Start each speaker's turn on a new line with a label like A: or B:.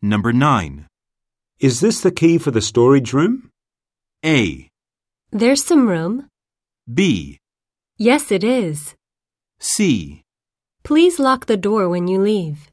A: Number 9.
B: Is this the key for the storage room?
A: A.
C: There's some room.
A: B.
C: Yes, it is.
A: C.
C: Please lock the door when you leave.